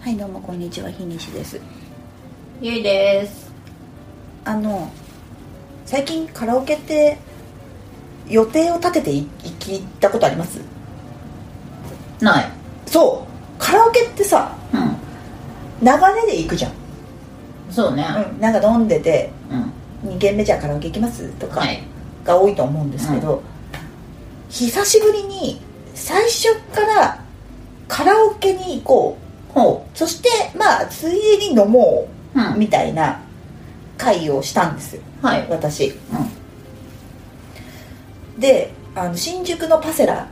はいどうもこんにちは日西ですゆいですあの最近カラオケって予定を立ててい行き行ったことありますないそうカラオケってさう流れで行くじゃん、んそうねうん、なんか飲んでてうん、 2軒目じゃあカラオケ行きますとかはいが多いと思うんですけど、久しぶりに最初からカラオケに行こほうそしてまあついでに飲もうううんみたいな会をしたんですよはいうん私であの新宿のパセラ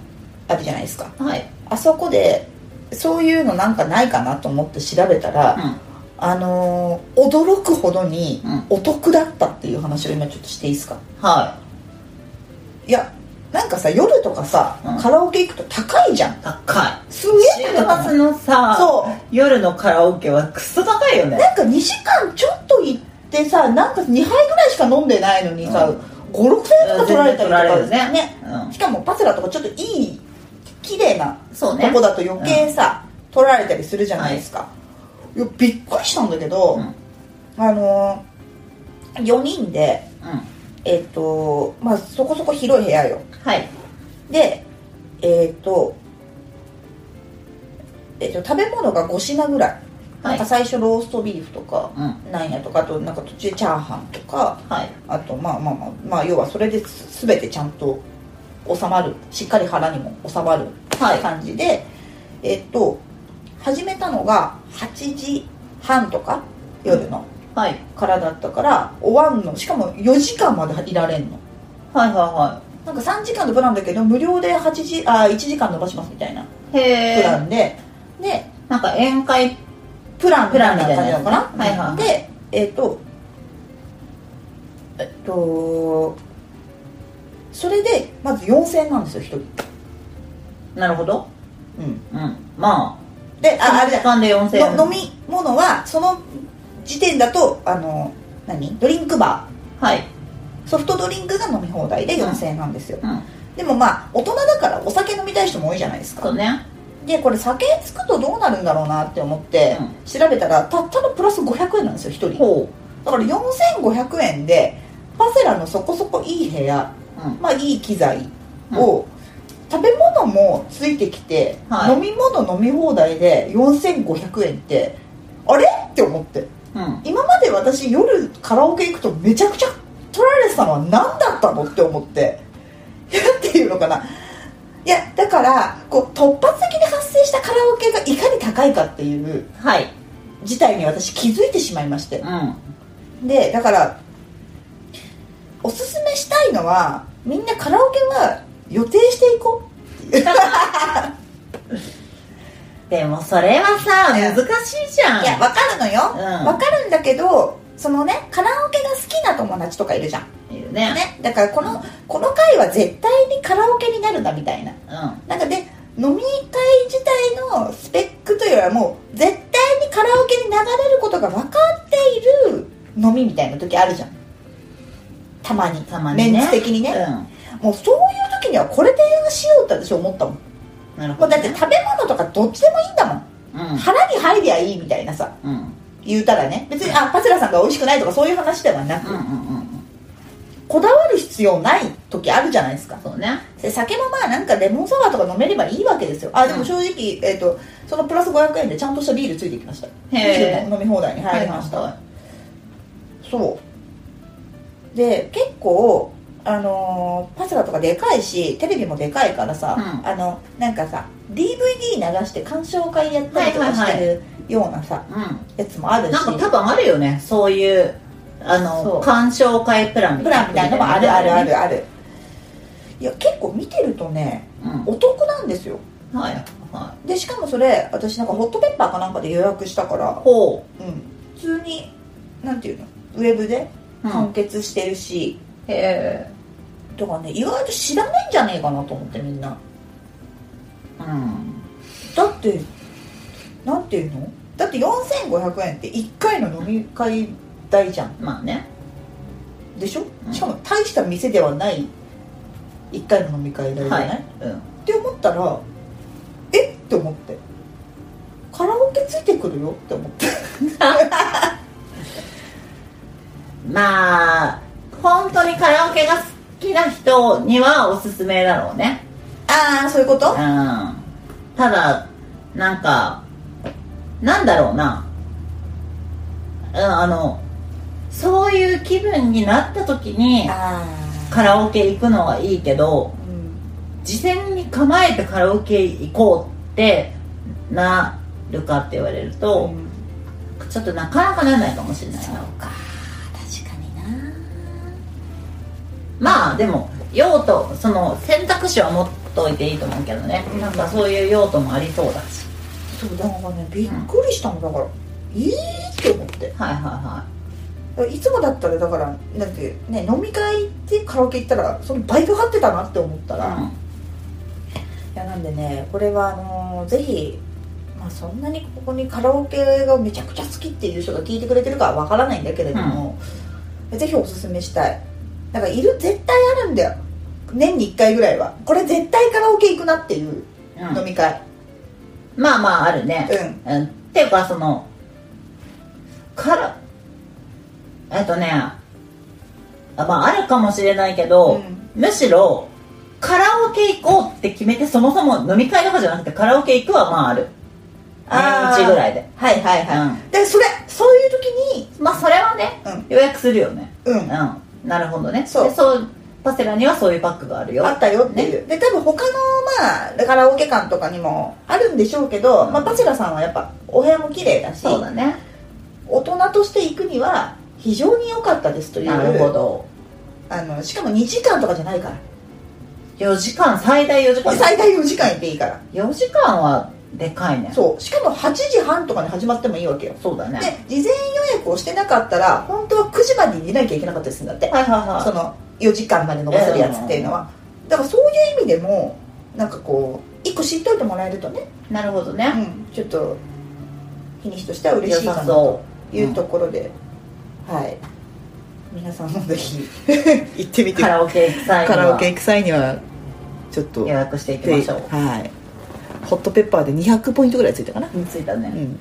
あるじゃないですかはいあそこでそういうのなんかないかなと思って調べたら、うあのー驚くほどにうんお得だったっていう話を今ちょっとしていいですかんはいやなんかさ夜とかさ、うんカラオケ行くと高いじゃんい高すいげえ高く週末ないのさそう夜のカラオケはクソ高いよねなんか2時間ちょっと行ってさなんか2杯ぐらいしか飲んでないのにさ、う五六56000円とか取られたりとか全然取られるねしかもパセラとかちょっといい綺麗なうんそうねとこだと余計さ、取られたりするじゃないですか、いやびっくりしたんだけど、うんうんあのー、4人でえっ、とまあそこそこ広い部屋よはいでえっ、と,、えっと食べ物が5品ぐらい、はなんいか最初ローストビーフとかうんなんやとかあとなんか途中チャーハンとかはいあとまあまあまあまあ要はそれです全てちゃんと収まるしっかり腹にも収まるはい感じで、えっと始めたのが8時半とか夜のはいからだったから終わんのしかも4時間までいられんのはいはなんか3時間のプランだけど無料で8時あ1時間延ばしますみたいないはいプへラえンで、でなんか宴会プランプランみたいなやのつかねな、はいはいでえっ、とえっとそれでまず4000円なんですよ1人なるほどうんうんまであああれ時だ間で4000円の飲み物はその時点だとあの何ドリンクバはいーソフトドリンクが飲み放題で4000円なんですよ、うんでもまあ大人だからお酒飲みたい人も多いじゃないですそかうねでこれ酒つくとどうなるんだろうなって思ってう調べたらたったのプラス500円なんですよ1人ほだから4500円でパセラのそこそこいい部屋、ううんまあ、いい機材を、食べ物もついてきて、はい飲み物飲み放題で4500円ってあれって思ってうん今まで私夜カラオケ行くとめちゃくちゃ取られてたのは何だったのって思っていやっていうのかないやだからこう突発的に発生したカラオケがいかに高いかっていうはい事態に私気づいてしまいましてうんでだからおすすめしたいのはみんなカラオケは予定していこうでもそれはさいや難しいじゃんいやわかるのようんわ、かるんだけどそのねカラオケが好きな友達とかいるじゃんいるねね、だからこのこの回は絶対にカラオケになるなみたいなうなんかで飲み会自体のスペックというよりはもう絶対にカラオケに流れることが分かっている飲みみたいな時あるじゃんたまにんたまにねメンツ的にね、もうそういう時にはこれ提案しようって私思ったもんうんなるもほうどだっね、て食べ物とかどっちでもいいんだもん、腹に入りゃいいみたいなさうんうん言うたらね別にあパセラさんが美味しくないとかそういう話ではなく、うんうんうんこだわる必要ない時あるじゃないですかそうねで酒もまあなんかレモンサワーとか飲めればいいわけですよあでも正直、えっとそのプラス500円でちゃんとしたビールついてきましたビへーールも飲み放題に入りました、はいはそうで結構あのーパセラとかでかいしテレビもでかいからさ、うんあのなんかさ DVD 流して鑑賞会やったりとかはいはいはいしてるようなさ、うやつもあるんしなんか多分あるよねそういうあそうの鑑賞会プランみプラたいなンみたいなのもあるあるあるあるいや結構見てるとねうんお得なんですよはいはでしかもそれ私なんかホットペッパーかなんかで予約したかいら、ほうん、普通になんていうのウェブでう、うん完結してるし、へえとかね意外と知らないんじゃねえかなと思ってみんなうんだってなんていうのだって4500円って1回の飲み会代じゃんまあねでしょ、うんしかも大した店ではない1回の飲み会代じゃはない、い、うん、って思ったらえっって思ってカラオオケついてくるよって思ってまあ本当にカラオケが好きな人にはおすすめだろうねああそういうことうんただなんかなんだろうなうんあのそういう気分になった時にあカラオケ行くのはいいけど事前に構えてカラオケ行こうってなるかって言われるあと、ん、ちょっとなかなかならないかもしれないそうなか確かになまあでも用途その選択肢は持っといていいと思うけどね、うんなんかそういう用途もありそうだしそうだからねびっくりしたのだからいいって思ってはいはいはいつもだったらだからなんてね飲み会行ってカラオケ行ったらそのバイト張ってたなって思ったら、い、いやなんでねこれはあのーぜひまあそんなにここにカラオケがめちゃくちゃ好きっていう人が聞いてくれてるかはわからないんだけれども、ぜひおすすめしたいなんかいる絶対あるんだよ年に1回ぐらいはこれ絶対カラオケ行くなっていううん飲み会まあまああるね、うんうんっていうかそのからえっとねあまああるかもしれないけど、うんむしろカラオケ行こうって決めてそもそも飲み会とかじゃなくてカラオケ行くはまああるあー年一ぐらいではいはいはい、うんでそれそういう時にまあそれはね、う予約するよねうんうんなるほどねそうでそうパセラにはそういうパックがあるよあったよっていう、で多分他のまあカラオケ館とかにもあるんでしょうけど、まあ、パチラさんはやっぱお部屋も綺麗だしそうだね大人として行くには非常に良かったですというなるほどあのしかも2時間とかじゃないから、 4時間最大4時間最大4時間行っていいから4時間はでかいねそうしかも8時半とかに始まってもいいわけよそうだでね事前予約をしてなかったら本当は9時までに出なきゃいけなかったりするんだってはいはいはいその4時間まで伸ばせるやつっていうのは、だからそういう意味でもなんかこう1個知っといてもらえるとねなるほどねうん、ちょっと日にちとしては嬉良しいかさなとそういううんところで、はい皆さんもぜ ひ行ってみカラオケ行く際には行く際にはちょっと予約していきましょうはいホットペッパーで200ポイントぐらいついたかなについたね、ん